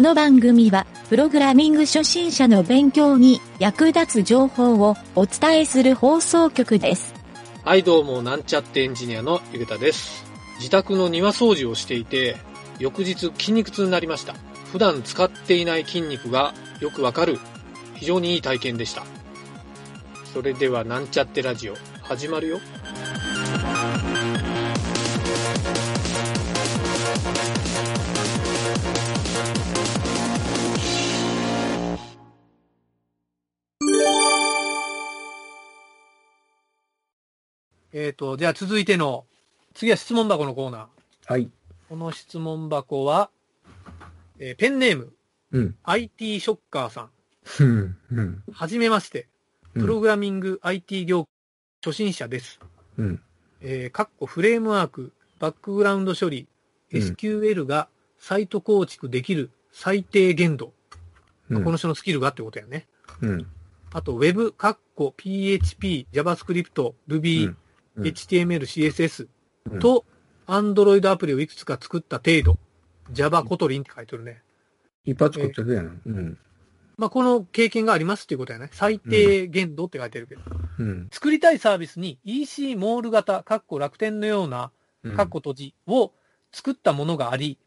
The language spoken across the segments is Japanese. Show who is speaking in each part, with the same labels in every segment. Speaker 1: の番組は、プログラミング初心者の勉強に役立つ情報をお伝えする放送局です。
Speaker 2: はい、どうも、なんちゃってエンジニアのゆげたです。自宅の庭掃除をしていて、翌日筋肉痛になりました。普段使っていない筋肉がよくわかる、非常にいい体験でした。それでは、なんちゃってラジオ、始まるよ。えっ、と、じゃあ続いての、次は質問箱のコーナー。
Speaker 3: はい。
Speaker 2: この質問箱は、えーペンネーム、
Speaker 3: うん。
Speaker 2: IT ショッカーさ
Speaker 3: うん。うん。
Speaker 2: ん、はじめまして、
Speaker 3: うん
Speaker 2: プログラミング IT 業初心者です。
Speaker 3: うん。
Speaker 2: えー、かっこフレームワーク、バックグラウンド処理、
Speaker 3: うん
Speaker 2: SQL がサイト構築できる最低限度。
Speaker 3: うん
Speaker 2: この人のスキルがってことやね。
Speaker 3: うん。
Speaker 2: あと、Web、かっこ PHP、JavaScript、Ruby、
Speaker 3: うんうん
Speaker 2: HTML、CSS
Speaker 3: うん
Speaker 2: と、Android アプリをいくつか作った程度。Java、コトリンって書いてるね。
Speaker 3: 一発食ってるやん。うん。
Speaker 2: まあ、この経験がありますっていうことやね。最低限度って書いてるけど。
Speaker 3: うん。
Speaker 2: 作りたいサービスに EC モール型、かっこ楽天のような、
Speaker 3: うん
Speaker 2: かっこ閉じを作ったものがあり、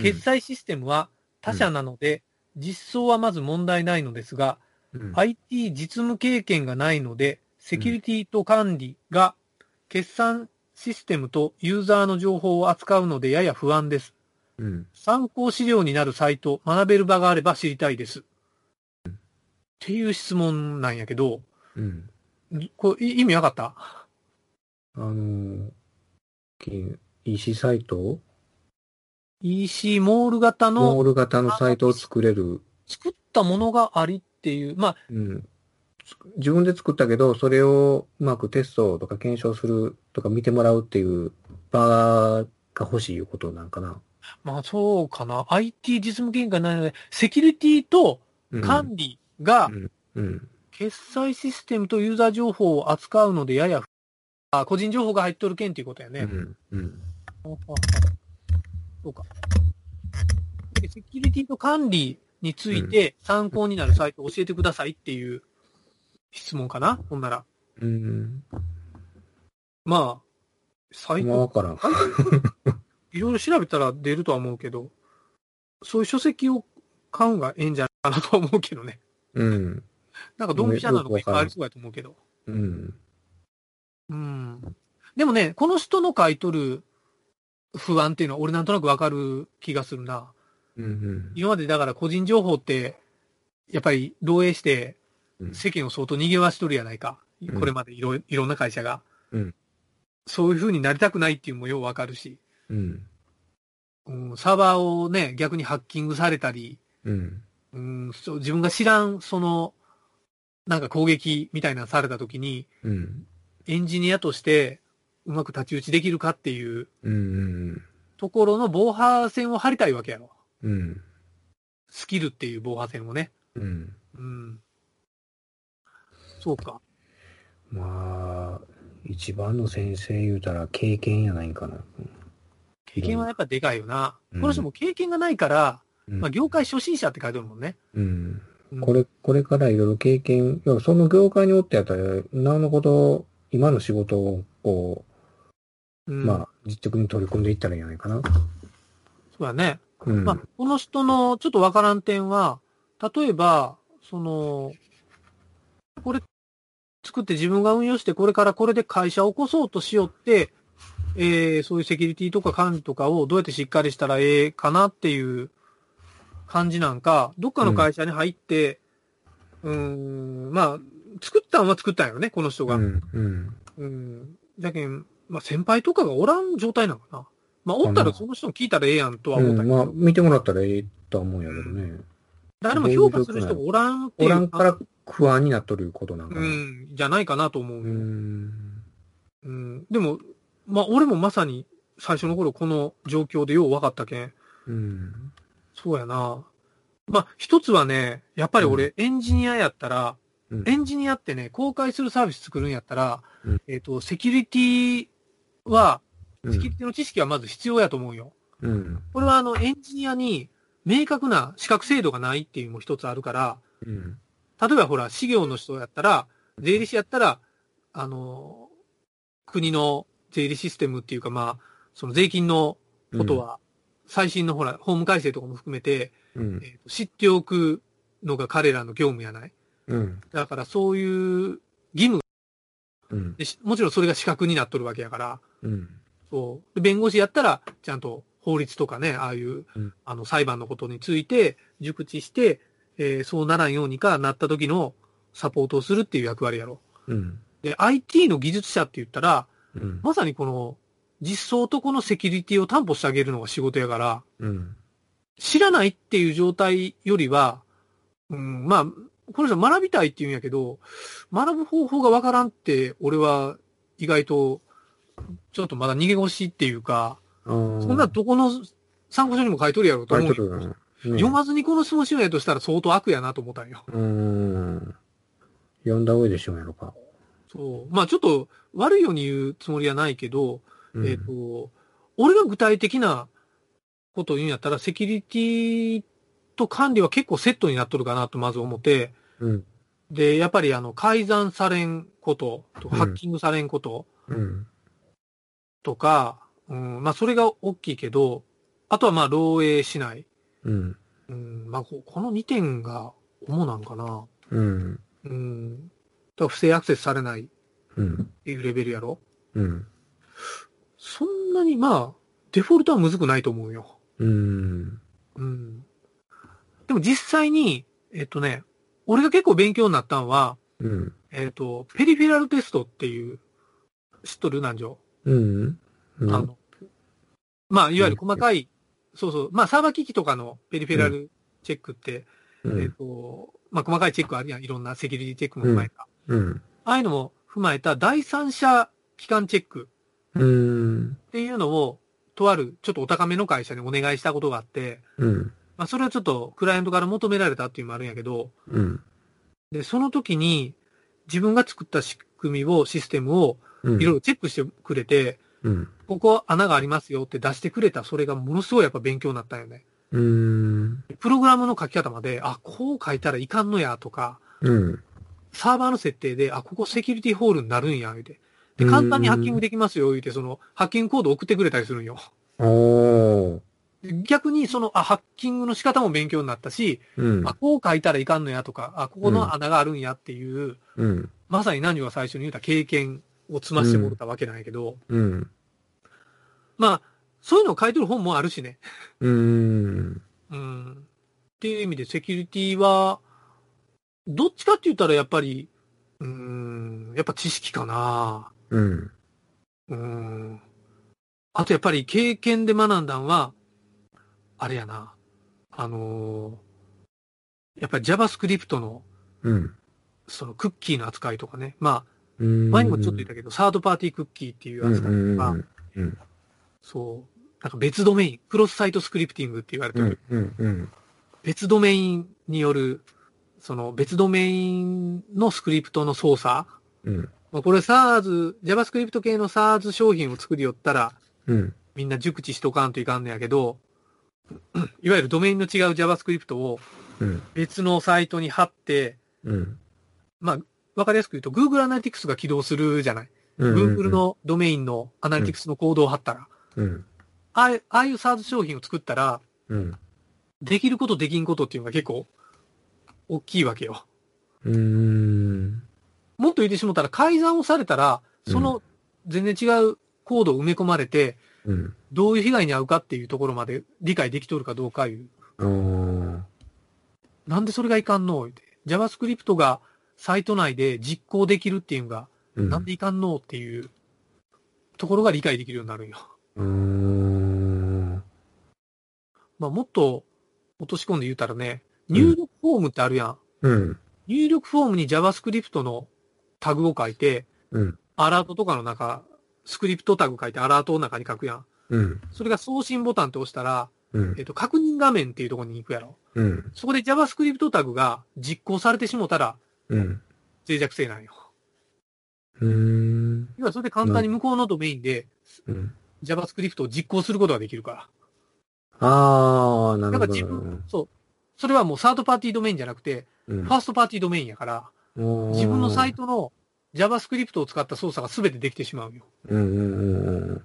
Speaker 2: 決済システムは他社なので、実装はまず問題ないのですが、
Speaker 3: うん。
Speaker 2: IT 実務経験がないので、セキュリティと管理が決算システムとユーザーの情報を扱うのでやや不安です。
Speaker 3: うん。
Speaker 2: 参考資料になるサイト、学べる場があれば知りたいです。っていう質問なんやけど、
Speaker 3: うん。
Speaker 2: これい意味わかった
Speaker 3: あのーき、EC サイト
Speaker 2: ?EC モール型
Speaker 3: モー
Speaker 2: の
Speaker 3: ル型のサイトを作れる。
Speaker 2: 作ったものがありっていう、まあ、
Speaker 3: うん。つ自分で作ったけど、それをうまくテストとか検証するとか見てもらうっていう場が欲しいいうことなんかな。
Speaker 2: まあそうかな。IT 実務経験がないので、セキュリティと
Speaker 3: うん。
Speaker 2: 管理が
Speaker 3: うん。
Speaker 2: 決済システムとユーザー情報を扱うのでやや、あ個人情報が入っとる件っていうことや
Speaker 3: う
Speaker 2: ね。
Speaker 3: ん。うん。
Speaker 2: そうか。でセキュリティと管理について参考になるサイトを教えてくださいっていう質問かなほんなら。
Speaker 3: うん。
Speaker 2: まあ、サイ
Speaker 3: まあ、
Speaker 2: ト
Speaker 3: わ、からん。
Speaker 2: いろいろ調べたら出るとは思うけど、そういう書籍を買うんがええんじゃないかなとは思うけどね。
Speaker 3: うん。
Speaker 2: なんかドンピシャなのがいっぱいありそうやと思うけど。
Speaker 3: うん。
Speaker 2: うん。でもね、この人の書いとる不安っていうのは俺なんとなくわかる気がするな。
Speaker 3: うんうん。
Speaker 2: 今までだから個人情報って、やっぱり漏洩して
Speaker 3: うん
Speaker 2: 世間を相当逃げわしとるやないか。
Speaker 3: うん
Speaker 2: これまでいろいいろんな会社が。
Speaker 3: うん
Speaker 2: そういう風になりたくないっていうのもようわかるし、
Speaker 3: うん。
Speaker 2: うん、サーバーをね、逆にハッキングされたり、
Speaker 3: うん。
Speaker 2: うん、そう自分が知らん、その、なんか攻撃みたいなのされた時に、
Speaker 3: うん。
Speaker 2: エンジニアとしてうまく太刀打ちできるかっていう
Speaker 3: うん。
Speaker 2: ところの防波線を張りたいわけやろ。
Speaker 3: うん。
Speaker 2: スキルっていう防波線をね。
Speaker 3: うん。
Speaker 2: うん。そうか。
Speaker 3: まあ、一番の先生言うたら経験やないんかな。
Speaker 2: 経験はやっぱでかいよな。
Speaker 3: うん
Speaker 2: この人も経験がないから、
Speaker 3: うん
Speaker 2: まあ、業界初心者って書いてあるもんね。
Speaker 3: うん。
Speaker 2: うん
Speaker 3: これ、これからいろいろ経験、要はその業界におってやったら、なおのこと、今の仕事を、こ
Speaker 2: う
Speaker 3: う、
Speaker 2: ん、
Speaker 3: まあ、実直に取り組んでいったらいいんじゃないかな。
Speaker 2: そうだね。
Speaker 3: うん。
Speaker 2: まあ、この人のちょっとわからん点は、例えば、その、これ作って自分が運用して、これからこれで会社を起こそうとしよって、えー、そういうセキュリティとか管理とかをどうやってしっかりしたらええかなっていう感じなんか、どっかの会社に入って、うーん、まあ、作ったんは作ったんよね、この人が。
Speaker 3: う
Speaker 2: うん。
Speaker 3: ん。うん。
Speaker 2: じゃけん、まあ先輩とかがおらん状態なのかな。まあ、おったらその人に聞いたらええやんとは思った
Speaker 3: う
Speaker 2: け
Speaker 3: ん
Speaker 2: ど。
Speaker 3: まあ、見てもらったらええとは思うんやけどね。
Speaker 2: 誰も評価する人がおらんってい
Speaker 3: お
Speaker 2: う。
Speaker 3: らんから不安になっとることなんか
Speaker 2: う
Speaker 3: な。
Speaker 2: ん、じゃないかなと思う。
Speaker 3: う
Speaker 2: うん。
Speaker 3: ん。
Speaker 2: でも、まあ、俺もまさに最初の頃この状況でよう分かったけん。
Speaker 3: うん。
Speaker 2: そうやな。まあ、一つはね、やっぱり俺、エンジニアやったら、
Speaker 3: うん
Speaker 2: エンジニアってね、公開するサービス作るんやったら、
Speaker 3: うん
Speaker 2: えっ、と、セキュリティは、
Speaker 3: う
Speaker 2: セキュリ
Speaker 3: ん。
Speaker 2: ティの知識はまず必要やと思うよ。
Speaker 3: うん。
Speaker 2: これはあの、エンジニアに明確な資格制度がないっていうのも一つあるから、
Speaker 3: うん。
Speaker 2: 例えばほら、資業の人やったら、税理士やったら、あの、国の税理システムっていうか、まあ、その税金のことは、最新のほら、法務改正とかも含めて、
Speaker 3: うん。
Speaker 2: えーと知っておくのが彼らの業務やない。
Speaker 3: うん。
Speaker 2: だからそういう義務
Speaker 3: うん。
Speaker 2: でしもちろんそれが資格になっとるわけやから、
Speaker 3: うん。
Speaker 2: そう。で弁護士やったら、ちゃんと法律とかね、ああいう
Speaker 3: うん、
Speaker 2: あの、裁判のことについて、熟知して、えーそうならんようにかなった時のサポートをするっていう役割やろ。
Speaker 3: うん。
Speaker 2: で、IT の技術者って言ったら、
Speaker 3: うん。
Speaker 2: まさにこの、実装とこのセキュリティを担保してあげるのが仕事やから、
Speaker 3: うん。
Speaker 2: 知らないっていう状態よりは、うん、まあ、この人は学びたいって言うんやけど、学ぶ方法がわからんって、俺は意外と、ちょっとまだ逃げ腰っていうか、
Speaker 3: あー
Speaker 2: そんなどこの参考書にも書いとるやろと
Speaker 3: タ
Speaker 2: 思
Speaker 3: イ
Speaker 2: う
Speaker 3: ト
Speaker 2: よ。
Speaker 3: ルだな。ね
Speaker 2: 読まずにこの質問しようやとしたら相当悪やなと思ったんよ。
Speaker 3: うん。読んだ上でしょうやろか。
Speaker 2: そう。まあちょっと悪いように言うつもりはないけど、
Speaker 3: うん
Speaker 2: えっ、と、俺が具体的なことを言うんやったら、セキュリティと管理は結構セットになっとるかなとまず思って、
Speaker 3: うん。
Speaker 2: で、やっぱりあの、改ざんされんこととか、
Speaker 3: うん
Speaker 2: ハッキングされんこと
Speaker 3: うん。
Speaker 2: とか、うん、まあそれが大きいけど、あとはまあ漏洩しない。
Speaker 3: うん。
Speaker 2: うん、まあここの2点が主なんかな。
Speaker 3: うん。
Speaker 2: うん。だから不正アクセスされないっ
Speaker 3: うん。
Speaker 2: ていうレベルやろ。
Speaker 3: うん。
Speaker 2: そんなにまあ、デフォルトはむずくないと思うよ。
Speaker 3: うん。
Speaker 2: うん。でも実際に、えっとね、俺が結構勉強になったのは、
Speaker 3: うん。
Speaker 2: えっと、ペリフェラルテストっていう、知っとる南條。
Speaker 3: うん。
Speaker 2: あの、まあ、いわゆる細かい、そうそう、まあ、サーバー機器とかのペリフェラルチェックって、
Speaker 3: うん
Speaker 2: えっと、まあ、細かいチェックあるやん。いろんなセキュリティチェックも踏まえた。
Speaker 3: うん。
Speaker 2: ああいうのも踏まえた第三者機関チェック
Speaker 3: うん。
Speaker 2: っていうのを、とあるちょっとお高めの会社にお願いしたことがあって、
Speaker 3: うん。
Speaker 2: まあ、それはちょっとクライアントから求められたっていうのもあるんやけど、
Speaker 3: うん。
Speaker 2: で、その時に自分が作った仕組みを、システムを
Speaker 3: うん。
Speaker 2: いろいろチェックしてくれて、
Speaker 3: うん。
Speaker 2: ここ穴がありますよって出してくれた、それがものすごいやっぱ勉強になったんよね。
Speaker 3: うん。
Speaker 2: プログラムの書き方まで、あ、こう書いたらいかんのやとか、
Speaker 3: うん。
Speaker 2: サーバーの設定で、あ、ここセキュリティホールになるんや、言うて。で、
Speaker 3: うん
Speaker 2: 簡単にハッキングできますよ、言うて、その、ハッキングコード送ってくれたりするんよ。
Speaker 3: おー。
Speaker 2: で逆に、その、あ、ハッキングの仕方も勉強になったし、
Speaker 3: うん
Speaker 2: あ、。こう書いたらいかんのやとか、あ、ここの穴があるんやっていう、
Speaker 3: うん。
Speaker 2: まさに何を最初に言った経験を積ましてもらったわけなんやけど、
Speaker 3: うん。
Speaker 2: まあ、そういうのを書いてる本もあるしね。
Speaker 3: うん。
Speaker 2: うん。っていう意味で、セキュリティは、どっちかって言ったらやっぱり、うん、やっぱ知識かな。
Speaker 3: うん。
Speaker 2: うん。あとやっぱり経験で学んだんは、あれやな。あのーやっぱり JavaScript の、
Speaker 3: うん。
Speaker 2: そのクッキーの扱いとかね。まあ、
Speaker 3: うん。
Speaker 2: 前にもちょっと言ったけど、サードパーティークッキーっていう扱いとか、そう。なんか別ドメイン、クロスサイトスクリプティングって言われて
Speaker 3: う
Speaker 2: る、
Speaker 3: ん。うん。うん。
Speaker 2: 別ドメインによる、その別ドメインのスクリプトの操作。
Speaker 3: うん。
Speaker 2: まあ、これ SARS、JavaScript 系の SARS 商品を作りよったら、
Speaker 3: うん。
Speaker 2: みんな熟知しとかんといかんねやけど、 いわゆるドメインの違う JavaScript を
Speaker 3: うん。
Speaker 2: 別のサイトに貼って、
Speaker 3: うん。
Speaker 2: わかりやすく言うと Google Analytics が起動するじゃない。Google。のドメインの Analytics のコードを貼ったら、
Speaker 3: うん。
Speaker 2: ああいうああいう SARS 商品を作ったら、
Speaker 3: うん。
Speaker 2: できることできんことっていうのが結構大きいわけよ。
Speaker 3: うん。
Speaker 2: もっと言ってしもたら改ざんをされたら、その全然違うコードを埋め込まれて、
Speaker 3: うん。
Speaker 2: どういう被害に遭うかっていうところまで理解できとるかどうかいう。
Speaker 3: お
Speaker 2: なんでそれがいかんのって。JavaScript がサイト内で実行できるっていうのが、
Speaker 3: ー。
Speaker 2: なんでいかんのっていうところが理解できるようになるんよ。
Speaker 3: うん。
Speaker 2: まあもっと落とし込んで言うたらね、入力フォームってあるやん。
Speaker 3: うん。
Speaker 2: 入力フォームに JavaScript のタグを書いて、
Speaker 3: うん。
Speaker 2: アラートとかの中、スクリプトタグ書いてアラートの中に書くやん。
Speaker 3: うん。
Speaker 2: それが送信ボタンって押したら、
Speaker 3: うん
Speaker 2: えっ。と、確認画面っていうところに行くやろ。
Speaker 3: うん。
Speaker 2: そこで JavaScript タグが実行されてしもたら
Speaker 3: うん。
Speaker 2: 脆弱性なんよ。
Speaker 3: うん。
Speaker 2: 要はそれで簡単に向こうのドメインで
Speaker 3: うん。
Speaker 2: JavaScript を実行することができるから。
Speaker 3: ああ、な
Speaker 2: な
Speaker 3: るほど。
Speaker 2: んか自分そう。それはもうサードパーティードメインじゃなくて、ファーストパーティードメインやから、自分のサイ
Speaker 3: ト。
Speaker 2: トの JavaScript を使った操作が全てできてしまうよ。
Speaker 3: うんうんうんうん。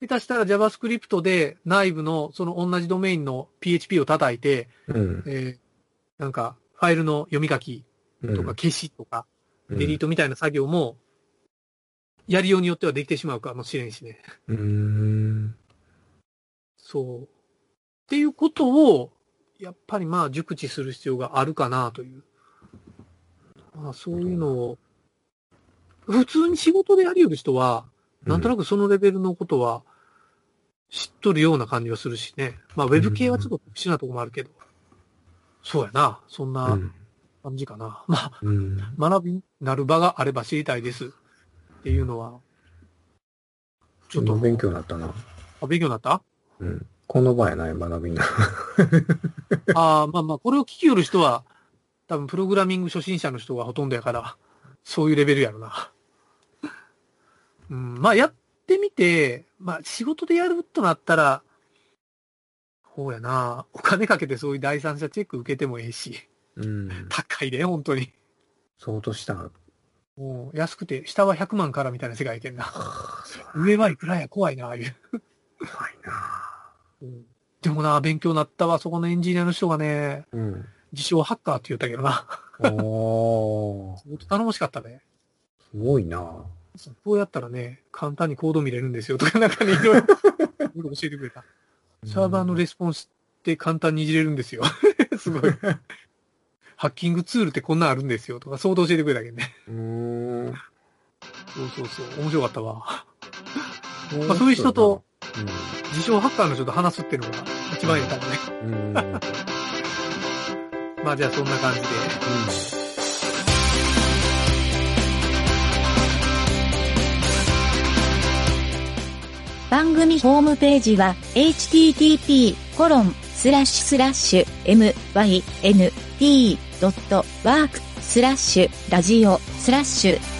Speaker 2: 下手したら JavaScript で内部のその同じドメインの PHP を叩いて、
Speaker 3: うん
Speaker 2: えーなんかファイルの読み書き
Speaker 3: うん。
Speaker 2: とか消しとか、
Speaker 3: うん、
Speaker 2: デリートみたいな作業も、やりようによってはできてしまうかもしれんしね。
Speaker 3: うーん。
Speaker 2: そう。っていうことを、やっぱりまあ熟知する必要があるかなという。まあそういうのを、普通に仕事でやりよる人は、なんとなくそのレベルのことは知っとるような感じはするしね。まあウェブ系はちょっと特殊なとこもあるけど。そうやな。そんな感じかな。まあ
Speaker 3: うん。
Speaker 2: 学びになる場があれば知りたいです。っていうのは、
Speaker 3: ちょっと勉強になったな。
Speaker 2: あ勉強になった
Speaker 3: うん。この場やない、学びになる。
Speaker 2: ああ、まあまあ、これを聞きよる人は、多分プログラミング初心者の人がほとんどやから、そういうレベルやろな。うん、まあやってみて、まあ仕事でやるとなったら、そうやな、お金かけてそういう第三者チェック受けてもええし、
Speaker 3: うん。
Speaker 2: 高いで、本当に。
Speaker 3: 相当したな。
Speaker 2: もう安くて、下は100万からみたいな世界やけんな。
Speaker 3: ああ、そう
Speaker 2: 上はいくらや、怖いな、ああいう。
Speaker 3: 怖いな。
Speaker 2: でもな、勉強なったわ、そこのエンジニアの人がね、
Speaker 3: うん。
Speaker 2: 自称ハッカーって言ったけどな。
Speaker 3: おー、す
Speaker 2: 本当頼もしかったね。
Speaker 3: ごいな。
Speaker 2: こうやったらね、簡単にコード見れるんですよ とか、なんかね、いろいろ僕教えてくれた。サーバーのレスポンスって簡単にいじれるんです よ。すごい。ハッキングツールってこんなんあるんですよとか、相当教えてくれたけどね。
Speaker 3: うん。うん
Speaker 2: そうそうそう。面白かったわ。まあそういう人と、自称ハッカーの人と話すっていうのが一番いいかもね。
Speaker 3: うん。うん。うん
Speaker 2: まあじゃあそんな感じで。
Speaker 1: 番組ホームページは http://mynt.work スラッシュラジオスラッシュ